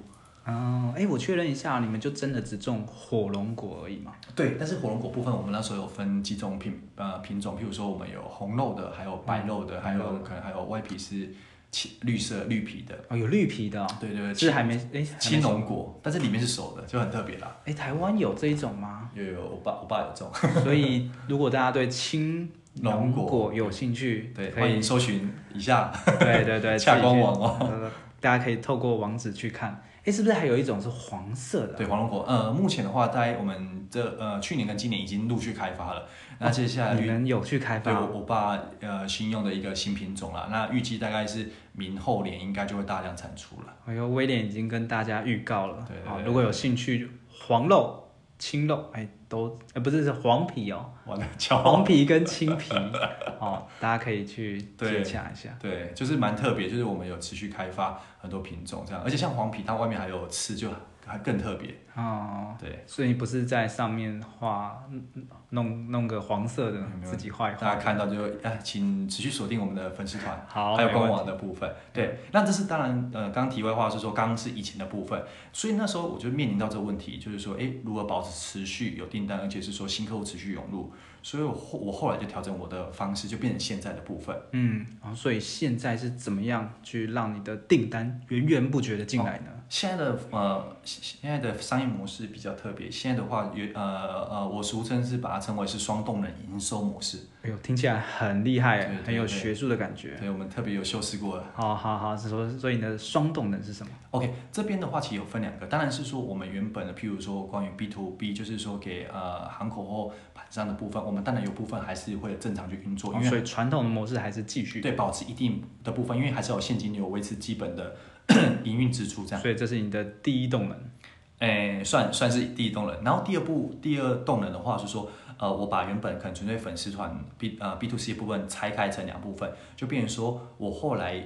[SPEAKER 1] 哦，哎，我确认一下，你们就真的只种火龙果而已吗？
[SPEAKER 2] 对，但是火龙果部分，我们那时候有分几种品呃品种，譬如说我们有红肉的，还有白肉的，还有可能还有外皮是青绿色绿皮的，
[SPEAKER 1] 哦，有绿皮的、哦，
[SPEAKER 2] 对对对，
[SPEAKER 1] 是还没哎
[SPEAKER 2] 呃青龙果，但是里面是熟的，就很特别啦。
[SPEAKER 1] 哎，台湾有这一种吗？
[SPEAKER 2] 有有，我爸我爸有种，
[SPEAKER 1] 所以如果大家对青
[SPEAKER 2] 龙果
[SPEAKER 1] 有兴趣，
[SPEAKER 2] 对，
[SPEAKER 1] 可
[SPEAKER 2] 欢
[SPEAKER 1] 以
[SPEAKER 2] 迎搜寻一下，
[SPEAKER 1] 对对 对，
[SPEAKER 2] 洽
[SPEAKER 1] 自己
[SPEAKER 2] 官
[SPEAKER 1] 去
[SPEAKER 2] 网哦
[SPEAKER 1] 呃大家可以透过网址去看。哎，是不是还有一种是黄色的啊？
[SPEAKER 2] 对黄龙果，呃，目前的话，在我们这呃去年跟今年已经陆续开发了，那接下来
[SPEAKER 1] 你们有去开
[SPEAKER 2] 对
[SPEAKER 1] 发
[SPEAKER 2] 我？我爸呃新用的一个新品种啦，那预计大概是明后年应该就会大量产出了。
[SPEAKER 1] 哎呦，威廉已经跟大家预告了，
[SPEAKER 2] 对对
[SPEAKER 1] 好，
[SPEAKER 2] 对
[SPEAKER 1] 如果有兴趣，黄肉、青肉，哎，都，哎，不是是黄皮哦，
[SPEAKER 2] 完了，骄傲
[SPEAKER 1] 黄皮跟青皮，哦，大家可以去接
[SPEAKER 2] 对
[SPEAKER 1] 洽一下。
[SPEAKER 2] 对，就是蛮特别，就是我们有持续开发很多品种这样，而且像黄皮，它外面还有刺，就还更特别。
[SPEAKER 1] 哦，
[SPEAKER 2] 对，
[SPEAKER 1] 所以你不是在上面画，嗯嗯弄弄个黄色的
[SPEAKER 2] 没问题
[SPEAKER 1] 自己画一
[SPEAKER 2] 大
[SPEAKER 1] 画
[SPEAKER 2] 家。看到就哎，请持续锁定我们的粉丝团，
[SPEAKER 1] 好
[SPEAKER 2] 还有
[SPEAKER 1] 没问嗯
[SPEAKER 2] 官网的部分。对，那这是当然，呃，刚题外话是说，刚刚是以前的部分，所以那时候我就面临到这个问题，就是说，哎，如何保持持续有订单，而且是说新客户持续涌入，所以我后我后来就调整我的方式，就变成现在的部分。
[SPEAKER 1] 嗯，然、后所以现在是怎么样去让你的订单源源不绝的进来呢？
[SPEAKER 2] 现在的呃，现现在的商业模式比较特别。现在的话，有呃呃，我俗称是把它称为是双动能营收模式。
[SPEAKER 1] 哎呦，听起来很厉害，
[SPEAKER 2] 对对对
[SPEAKER 1] 很有
[SPEAKER 2] 对
[SPEAKER 1] 学术的感觉。
[SPEAKER 2] 对，我们特别有修饰过的。
[SPEAKER 1] 好好好，是说，所以你的双动能是什么？
[SPEAKER 2] OK，这边的话其实有分两个，当然是说我们原本的，譬如说关于 B to B，就是说给呃行口或盘商的部分，我们当然有部分还是会正常去运作，因
[SPEAKER 1] 哦
[SPEAKER 2] 为
[SPEAKER 1] 所以传统的模式还是继续。
[SPEAKER 2] 对保持一定的部分，因为还是有现金流维持基本的营运支出这样。
[SPEAKER 1] 所以这是你的第一动能。
[SPEAKER 2] 诶、哎算算是第一动能。然后第二步，第二动能的话是说，呃，我把原本可能纯粹粉丝团 B 呃 B to C 部分拆开成两部分，就变成说我后来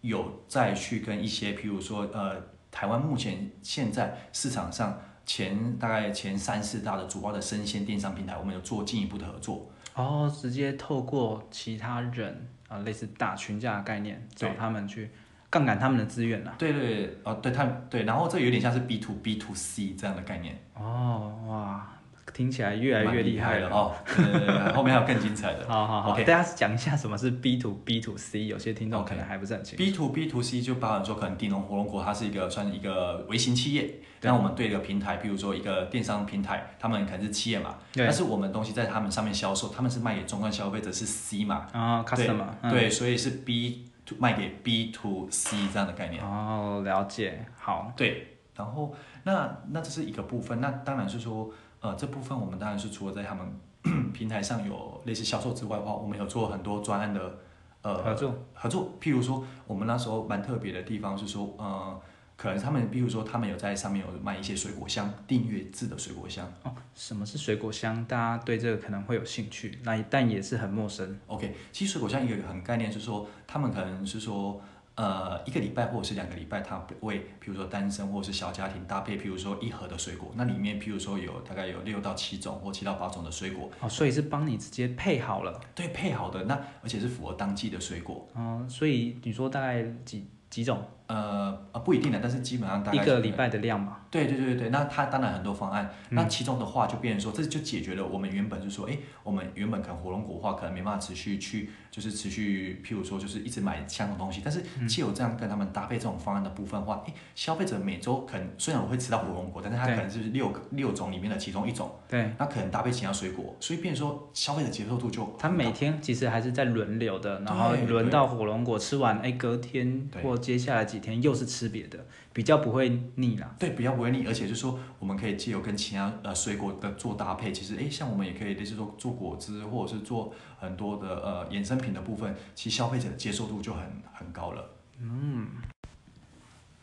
[SPEAKER 2] 有再去跟一些，譬如说呃，台湾目前现在市场上前大概前三四大的主要的生鲜电商平台，我们有做进一步的合作。
[SPEAKER 1] 哦，直接透过其他人啊、类似打群架的概念，找
[SPEAKER 2] 对
[SPEAKER 1] 他们去杠杆他们的资源啦。
[SPEAKER 2] 对对对，哦，对他对，然后这有点像是 B to B to C 这样的概念。
[SPEAKER 1] 哦，哇，听起来越来
[SPEAKER 2] 蛮
[SPEAKER 1] 越
[SPEAKER 2] 厉
[SPEAKER 1] 害
[SPEAKER 2] 了。哦，对对对对，后面还有更精彩的。
[SPEAKER 1] 好好好
[SPEAKER 2] OK
[SPEAKER 1] 大家讲一下什么是 B to B to C，有些听众
[SPEAKER 2] OK
[SPEAKER 1] 可能还不是很清楚。
[SPEAKER 2] B to B to C 就包含说，可能地龙火龙果它是一个算是一个微型企业，
[SPEAKER 1] 对
[SPEAKER 2] 那我们对一个平台，比如说一个电商平台，他们可能是企业嘛，
[SPEAKER 1] 对
[SPEAKER 2] 但是我们东西在他们上面销售，他们是卖给终端消费者是 C 嘛，
[SPEAKER 1] 啊、c u s
[SPEAKER 2] 对
[SPEAKER 1] t o m e r 嗯、
[SPEAKER 2] 对，所以是 B to 卖给 B to C 这样的概念，
[SPEAKER 1] 哦，了解，好，
[SPEAKER 2] 对，然后那那这是一个部分，那当然是说，呃，这部分我们当然是除了在他们 平台上有类似销售之外的话，我们有做很多专案的呃
[SPEAKER 1] 合作，
[SPEAKER 2] 合作。譬如说，我们那时候蛮特别的地方是说，呃，可能他们，譬如说，他们有在上面有卖一些水果箱，订阅制的水果箱。
[SPEAKER 1] 哦，什么是水果箱？大家对这个可能会有兴趣，那但也是很陌生。
[SPEAKER 2] OK，其实水果箱一个很概念是说，他们可能是说，呃，一个礼拜或者是两个礼拜，他为譬如说单身或者是小家庭搭配，譬如说一盒的水果，那里面譬如说有大概有六到七种或七到八种的水果，
[SPEAKER 1] 哦，所以是帮你直接配好了。
[SPEAKER 2] 对，配好的那而且是符合当季的水果。
[SPEAKER 1] 哦，所以你说大概几几种？
[SPEAKER 2] 呃，啊不一定的，但是基本上大
[SPEAKER 1] 一
[SPEAKER 2] 概
[SPEAKER 1] 个
[SPEAKER 2] 是
[SPEAKER 1] 礼拜的量嘛。
[SPEAKER 2] 对对对对，那它当然很多方案，
[SPEAKER 1] 嗯
[SPEAKER 2] 那其中的话就变成说，这就解决了我们原本就说，哎，我们原本可能火龙果的话，可能没办法持续去，就是持续，譬如说就是一直买相同东西，但是
[SPEAKER 1] 嗯
[SPEAKER 2] 既有这样跟他们搭配这种方案的部分的话，哎，消费者每周可能虽然我会吃到火龙果，但是它
[SPEAKER 1] 对
[SPEAKER 2] 可能就是六个六种里面的其中一种，
[SPEAKER 1] 对，
[SPEAKER 2] 那可能搭配其他水果，所以变成说消费者接受度就
[SPEAKER 1] 他
[SPEAKER 2] 很
[SPEAKER 1] 每
[SPEAKER 2] 高
[SPEAKER 1] 天其实还是在轮流的，然后
[SPEAKER 2] 对
[SPEAKER 1] 轮
[SPEAKER 2] 对
[SPEAKER 1] 到火龙果吃完，哎，隔天
[SPEAKER 2] 对
[SPEAKER 1] 或接下来几天又是吃别的，比较不会腻啦。
[SPEAKER 2] 对，比较不会腻，而且就是说，我们可以借由跟其他呃水果的做搭配，其实诶，像我们也可以类似说做果汁，或者是做很多的呃衍生品的部分，其实消费者的接受度就很很高了。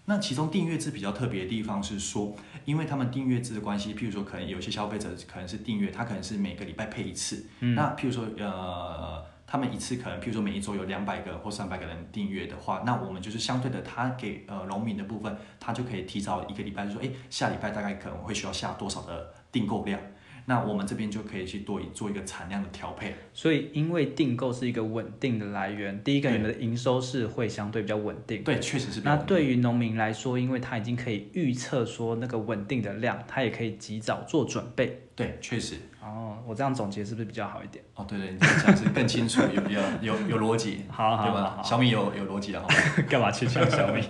[SPEAKER 2] 那其中订阅制比较特别的地方是说，因为他们订阅制的关系，譬如说可能有些消费者可能是订阅，他可能是每个礼拜配一次，
[SPEAKER 1] 嗯
[SPEAKER 2] 那譬如说呃。他们一次可能，譬如说每一周有两百个或三百个人订阅的话，那我们就是相对的，他给呃农民的部分，他就可以提早一个礼拜就说，哎，下礼拜大概可能会需要下多少的订购量，那我们这边就可以去多做一个产量的调配。
[SPEAKER 1] 所以因为订购是一个稳定的来源，第一个
[SPEAKER 2] 对
[SPEAKER 1] 你们的营收是会相对比较稳定。
[SPEAKER 2] 对，确实是比较
[SPEAKER 1] 那
[SPEAKER 2] 稳定
[SPEAKER 1] 对于农民来说，因为他已经可以预测说那个稳定的量，他也可以及早做准备。
[SPEAKER 2] 对，确实
[SPEAKER 1] 哦，我这样总结是不是比较好一点？
[SPEAKER 2] 哦，对对，你这样讲是更清楚，有比较有有逻辑，
[SPEAKER 1] 好好
[SPEAKER 2] 对
[SPEAKER 1] 好
[SPEAKER 2] 吧？
[SPEAKER 1] 好
[SPEAKER 2] 小米有有逻辑啊，哈
[SPEAKER 1] 干嘛去抢小米？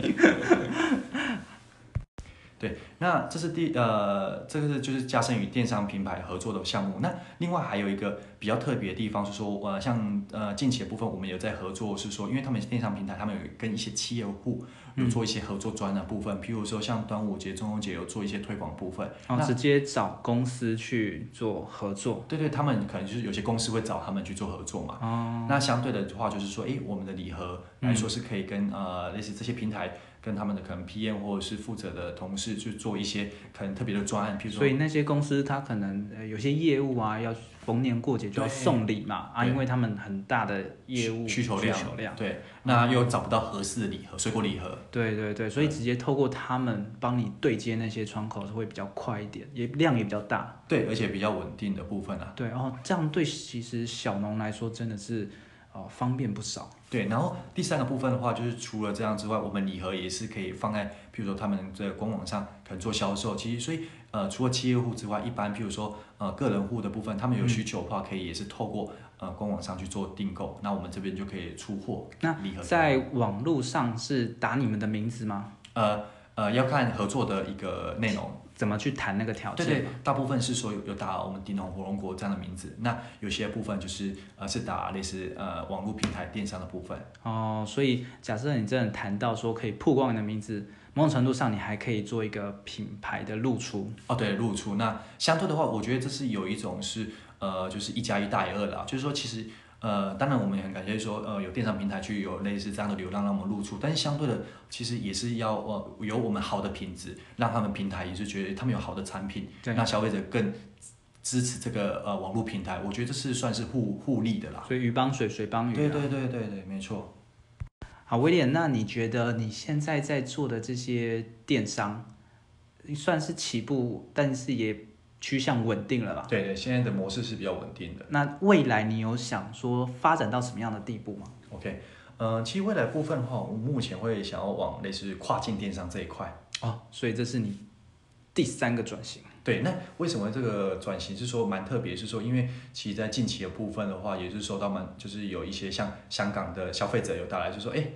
[SPEAKER 2] 对，那这是第呃，这个是就是加深与电商品牌合作的项目。那另外还有一个比较特别的地方是说，呃，像呃近期的部分，我们有在合作，是说因为他们电商平台，他们有跟一些企业户有做一些合作专的部分，譬如说像端午节、中秋节有做一些推广部分。
[SPEAKER 1] 然
[SPEAKER 2] 那
[SPEAKER 1] 后直接找公司去做合作。
[SPEAKER 2] 对对，他们可能就是有些公司会找他们去做合作嘛。哦。那相对的话，就是说，诶，我们的礼盒来说是可以跟、呃类似这些平台跟他们的可能 PM 或者是负责的同事去做一些可能特别的专案，譬如说
[SPEAKER 1] 所以那些公司它可能呃有些业务啊，要逢年过节就要
[SPEAKER 2] 对
[SPEAKER 1] 送礼嘛啊，
[SPEAKER 2] 对
[SPEAKER 1] 因为他们很大的业务
[SPEAKER 2] 需求量，
[SPEAKER 1] 需求量，嗯
[SPEAKER 2] 对，那又找不到合适的礼盒，水果礼盒，
[SPEAKER 1] 对对对，所以直接透过他们帮你对接那些窗口是会比较快一点，也量也比较大。
[SPEAKER 2] 对，而且比较稳定的部分啊，
[SPEAKER 1] 对，哦，这样对其实小农来说真的是哦方便不少。
[SPEAKER 2] 对。然后第三个部分的话，就是除了这样之外，我们礼盒也是可以放在，譬如说他们的官网上可能做销售。其实，所以呃，除了企业户之外，一般譬如说呃个人户的部分，他
[SPEAKER 1] 嗯
[SPEAKER 2] 们有需求的话，可以也是透过呃官网上去做订购，那我们这边就可以出货
[SPEAKER 1] 那
[SPEAKER 2] 礼盒给他
[SPEAKER 1] 在
[SPEAKER 2] 们。
[SPEAKER 1] 网络上是打你们的名字吗？
[SPEAKER 2] 呃呃要看合作的一个内容。
[SPEAKER 1] 怎么去谈那个条
[SPEAKER 2] 对
[SPEAKER 1] 件？
[SPEAKER 2] 对，啊大部分是说有有打我们迪农火龙果这样的名字，那有些部分就是呃是打类似呃网络平台电商的部分，
[SPEAKER 1] 哦，所以假设你真的谈到说可以曝光你的名字，某种程度上你还可以做一个品牌的露出。
[SPEAKER 2] 哦对，露出。那相对的话，我觉得这是有一种是呃就是一加一大于二啦，就是说其实呃当然我们也很感谢说呃有电商平台去有类似这样的流量让我们露出，但是相对的其实也是要呃有我们好的品质，让他们平台也是觉得他们有好的产品，
[SPEAKER 1] 对
[SPEAKER 2] 让消费者更支持这个呃网络平台，我觉得这是算是互互利的啦。
[SPEAKER 1] 所以鱼帮水，水帮鱼、啊。
[SPEAKER 2] 对对对对对，没错。
[SPEAKER 1] 好，威廉，那你觉得你现在在做的这些电商，算是起步，但是也趋向稳定了吧？
[SPEAKER 2] 对对，现在的模式是比较稳定的。
[SPEAKER 1] 那未来你有想说发展到什么样的地步吗？
[SPEAKER 2] OK，嗯、呃，其实未来部分的话，我目前会想要往类似跨境电商这一块。
[SPEAKER 1] 哦，所以这是你第三个转型。
[SPEAKER 2] 对，那为什么这个转型是说蛮特别？是说因为其实在近期的部分的话，也是受到蛮就是有一些像香港的消费者有带来，就说哎，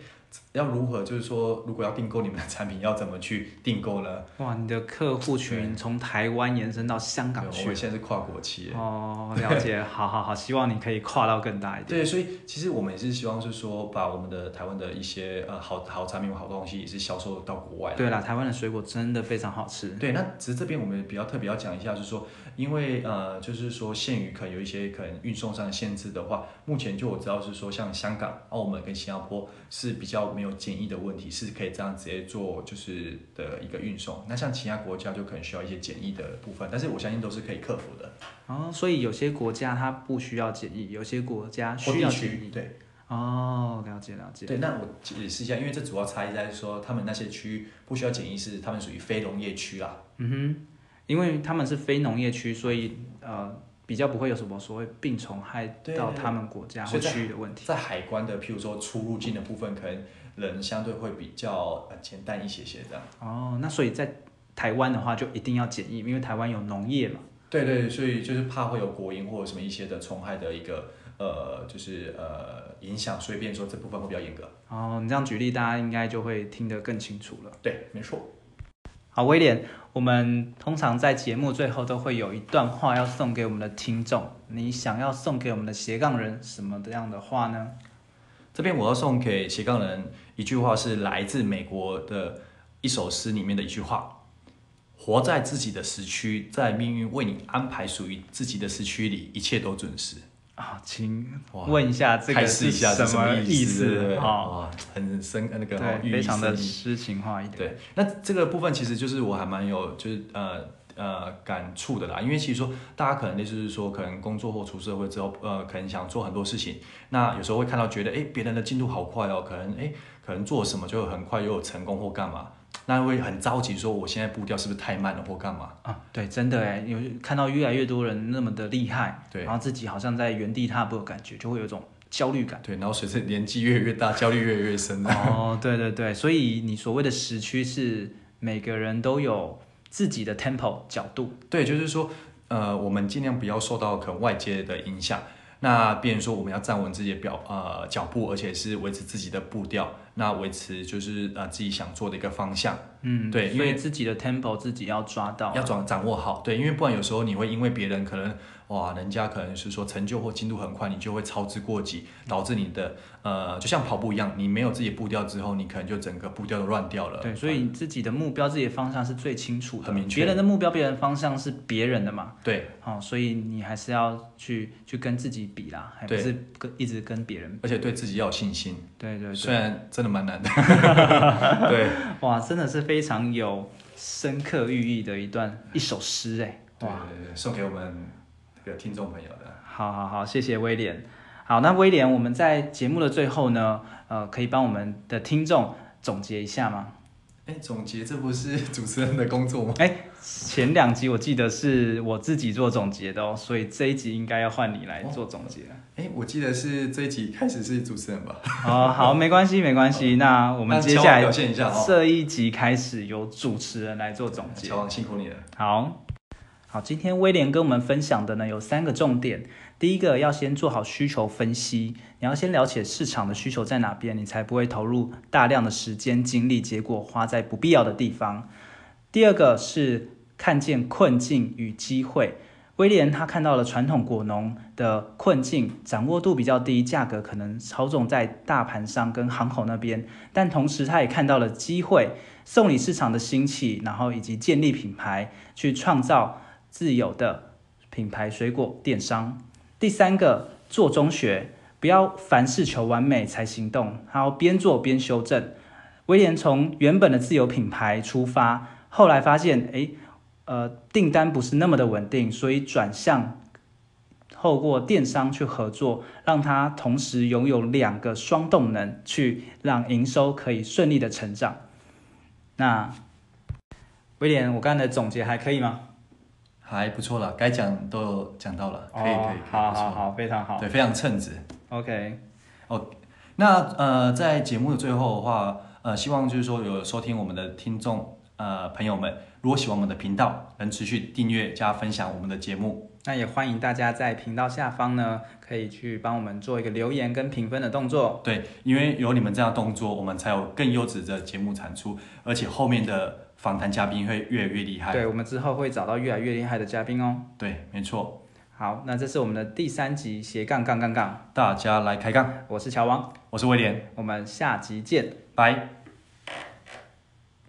[SPEAKER 2] 要如何就是说如果要订购你们的产品，要怎么去订购呢？
[SPEAKER 1] 哇，你的客户群从台湾延伸到香港
[SPEAKER 2] 对我
[SPEAKER 1] 去
[SPEAKER 2] 们。现在是跨国企业。
[SPEAKER 1] 哦，了 解，好好好，希望你可以跨到更大一点。
[SPEAKER 2] 对，所以其实我们也是希望是说，把我们的台湾的一些呃好好产品、好东西也是销售到国外。
[SPEAKER 1] 对啦，台湾的水果真的非常好吃。
[SPEAKER 2] 对，那只是这边我们比较特别要讲一下，就是说，因为呃，就是说限于可能有一些可能运送上的限制的话，目前就我知道是说，像香港、澳门跟新加坡是比较没有检疫的问题，是可以这样直接做就是的一个运送。那像其他国家就可能需要一些检疫的部分，但是我相信都是可以克服的。
[SPEAKER 1] 哦，所以有些国家它不需要检疫，有些国家
[SPEAKER 2] 或
[SPEAKER 1] 啊需
[SPEAKER 2] 地
[SPEAKER 1] 要检
[SPEAKER 2] 区
[SPEAKER 1] 疫。
[SPEAKER 2] 对
[SPEAKER 1] 哦，了解了解。
[SPEAKER 2] 对，那我解释一下，因为这主要差异在于说，他们那些区域不需要检疫是他们属于非农业区啦。
[SPEAKER 1] 嗯哼，因为他们是非农业区，所以呃比较不会有什么所谓病虫害
[SPEAKER 2] 对
[SPEAKER 1] 到他们国家或
[SPEAKER 2] 所以在
[SPEAKER 1] 区域的问题。
[SPEAKER 2] 在海关的，譬如说出入境的部分，可能人相对会比较呃简单一些些这样。
[SPEAKER 1] 哦，那所以在台湾的话就一定要检疫，因为台湾有农业嘛。
[SPEAKER 2] 对对，所以就是怕会有国营或者什么一些的虫害的一个呃，就是呃影响，所以变成说这部分会比较严格。
[SPEAKER 1] 哦，你这样举例，大家应该就会听得更清楚了。
[SPEAKER 2] 对，没错。
[SPEAKER 1] 好，威廉，我们通常在节目最后都会有一段话要送给我们的听众，你想要送给我们的斜杠人什么样的话呢？
[SPEAKER 2] 这边我要送给斜杠人一句话，是来自美国的一首诗里面的一句话：活在自己的时区，在命运为你安排属于自己的时区里，一切都准时。
[SPEAKER 1] 啊、请
[SPEAKER 2] 哇
[SPEAKER 1] 问一下这
[SPEAKER 2] 开
[SPEAKER 1] 个
[SPEAKER 2] 示一下是
[SPEAKER 1] 什
[SPEAKER 2] 什么
[SPEAKER 1] 意
[SPEAKER 2] 思？对不对
[SPEAKER 1] 好，
[SPEAKER 2] 哇很深那个哦
[SPEAKER 1] 对，
[SPEAKER 2] 寓意
[SPEAKER 1] 非常的
[SPEAKER 2] 深意
[SPEAKER 1] 诗情画意的。
[SPEAKER 2] 对，那这个部分其实就是我还蛮有就是呃呃感触的啦，因为其实说大家可能就是说可能工作或出社会之后，呃，可能想做很多事情，那有时候会看到觉得哎别人的进度好快哦，可能哎可能做什么就很快又有成功或干嘛。那会很着急，说我现在步调是不是太慢了或干嘛？
[SPEAKER 1] 啊，对，真的哎，有看到越来越多人那么的厉害，
[SPEAKER 2] 对
[SPEAKER 1] 然后自己好像在原地踏步的感觉，就会有一种焦虑 感。
[SPEAKER 2] 对，然后随着年纪越来越大，焦虑越来越深。
[SPEAKER 1] 哦，对对对，所以你所谓的时区是每个人都有自己的 tempo 角度，
[SPEAKER 2] 对，就是说，呃，我们尽量不要受到可能外界的影响。那变成说，我们要站稳自己的表呃脚步，而且是维持自己的步调，那维持就是呃自己想做的一个方向，
[SPEAKER 1] 嗯，
[SPEAKER 2] 对因
[SPEAKER 1] 所以
[SPEAKER 2] 为
[SPEAKER 1] 自己的 tempo 自己要抓到，
[SPEAKER 2] 要掌掌握好。对，因为不然有时候你会因为别人可能哇，人家可能是说成就或进度很快，你就会操之过急，导致你的呃就像跑步一样，你没有自己的步调之后，你可能就整个步调都乱掉了。
[SPEAKER 1] 对，呃所以你自己的目标、自己的方向是最清楚的，
[SPEAKER 2] 很明确
[SPEAKER 1] 别人的目标、别人的方向是别人的嘛，
[SPEAKER 2] 对，
[SPEAKER 1] 哦，所以你还是要去去跟自己比啦，还不
[SPEAKER 2] 对
[SPEAKER 1] 是跟一直跟别人比。
[SPEAKER 2] 而且对自己要有信心，
[SPEAKER 1] 对对
[SPEAKER 2] 虽
[SPEAKER 1] 对，
[SPEAKER 2] 然真的蛮 难的。对。
[SPEAKER 1] 哇，真的是非常有深刻寓意的一段一首诗哎，
[SPEAKER 2] 对
[SPEAKER 1] 哇，
[SPEAKER 2] 对对，送给我们这个听众朋友的。
[SPEAKER 1] 好好好，谢谢威廉。好，那威廉，我们在节目的最后呢，呃，可以帮我们的听众总结一下吗？
[SPEAKER 2] 哎，总结这不是主持人的工作吗？
[SPEAKER 1] 哎，前两集我记得是我自己做总结的哦，所以这一集应该要换你来
[SPEAKER 2] 哦
[SPEAKER 1] 做总结了。
[SPEAKER 2] 哎，我记得是这一集开始是主持人吧？
[SPEAKER 1] 哦，好，没关系，没关系。那我们接下
[SPEAKER 2] 那乔王
[SPEAKER 1] 来
[SPEAKER 2] 表现一下哦
[SPEAKER 1] 这一集开始由主持人来做总结
[SPEAKER 2] 乔。王辛苦你了。
[SPEAKER 1] 好，好，今天威廉跟我们分享的呢有三个重点。第一个要先做好需求分析，你要先了解市场的需求在哪边，你才不会投入大量的时间精力，结果花在不必要的地方。第二个是看见困境与机会。威廉他看到了传统果农的困境，掌握度比较低，价格可能操纵在大盘商跟行口那边，但同时他也看到了机会，送礼市场的兴起，然后以及建立品牌，去创造自有的品牌水果电商。第三个，做中学，不要凡事求完美才行动，还要边做边修正。威廉从原本的自有品牌出发，后来发现，诶，呃，订单不是那么的稳定，所以转向透过电商去合作，让他同时拥有两个双动能，去让营收可以顺利的成长。那威廉，我刚才的总结还可以吗？
[SPEAKER 2] 还不错啦，该讲都有讲到了，可以
[SPEAKER 1] 哦
[SPEAKER 2] 可以，可以
[SPEAKER 1] 好
[SPEAKER 2] 不错
[SPEAKER 1] 好好，非常好。
[SPEAKER 2] 对，非常称职。
[SPEAKER 1] OK，
[SPEAKER 2] 那呃，在节目的最后的话，呃，希望就是说有收听我们的听众呃朋友们，如果喜欢我们的频道，能持续订阅加分享我们的节目。
[SPEAKER 1] 那也欢迎大家在频道下方呢，可以去帮我们做一个留言跟评分的动作。
[SPEAKER 2] 对，因为有你们这样的动作，我们才有更优质的节目产出，而且后面的访谈嘉宾会越来越厉害。
[SPEAKER 1] 对，我们之后会找到越来越厉害的嘉宾哦。
[SPEAKER 2] 对，没错，
[SPEAKER 1] 好，那这是我们的第三集斜杠杠杠杠，
[SPEAKER 2] 大家来开杠，
[SPEAKER 1] 我是乔王，
[SPEAKER 2] 我是威廉，
[SPEAKER 1] 我们下集见。
[SPEAKER 2] 拜。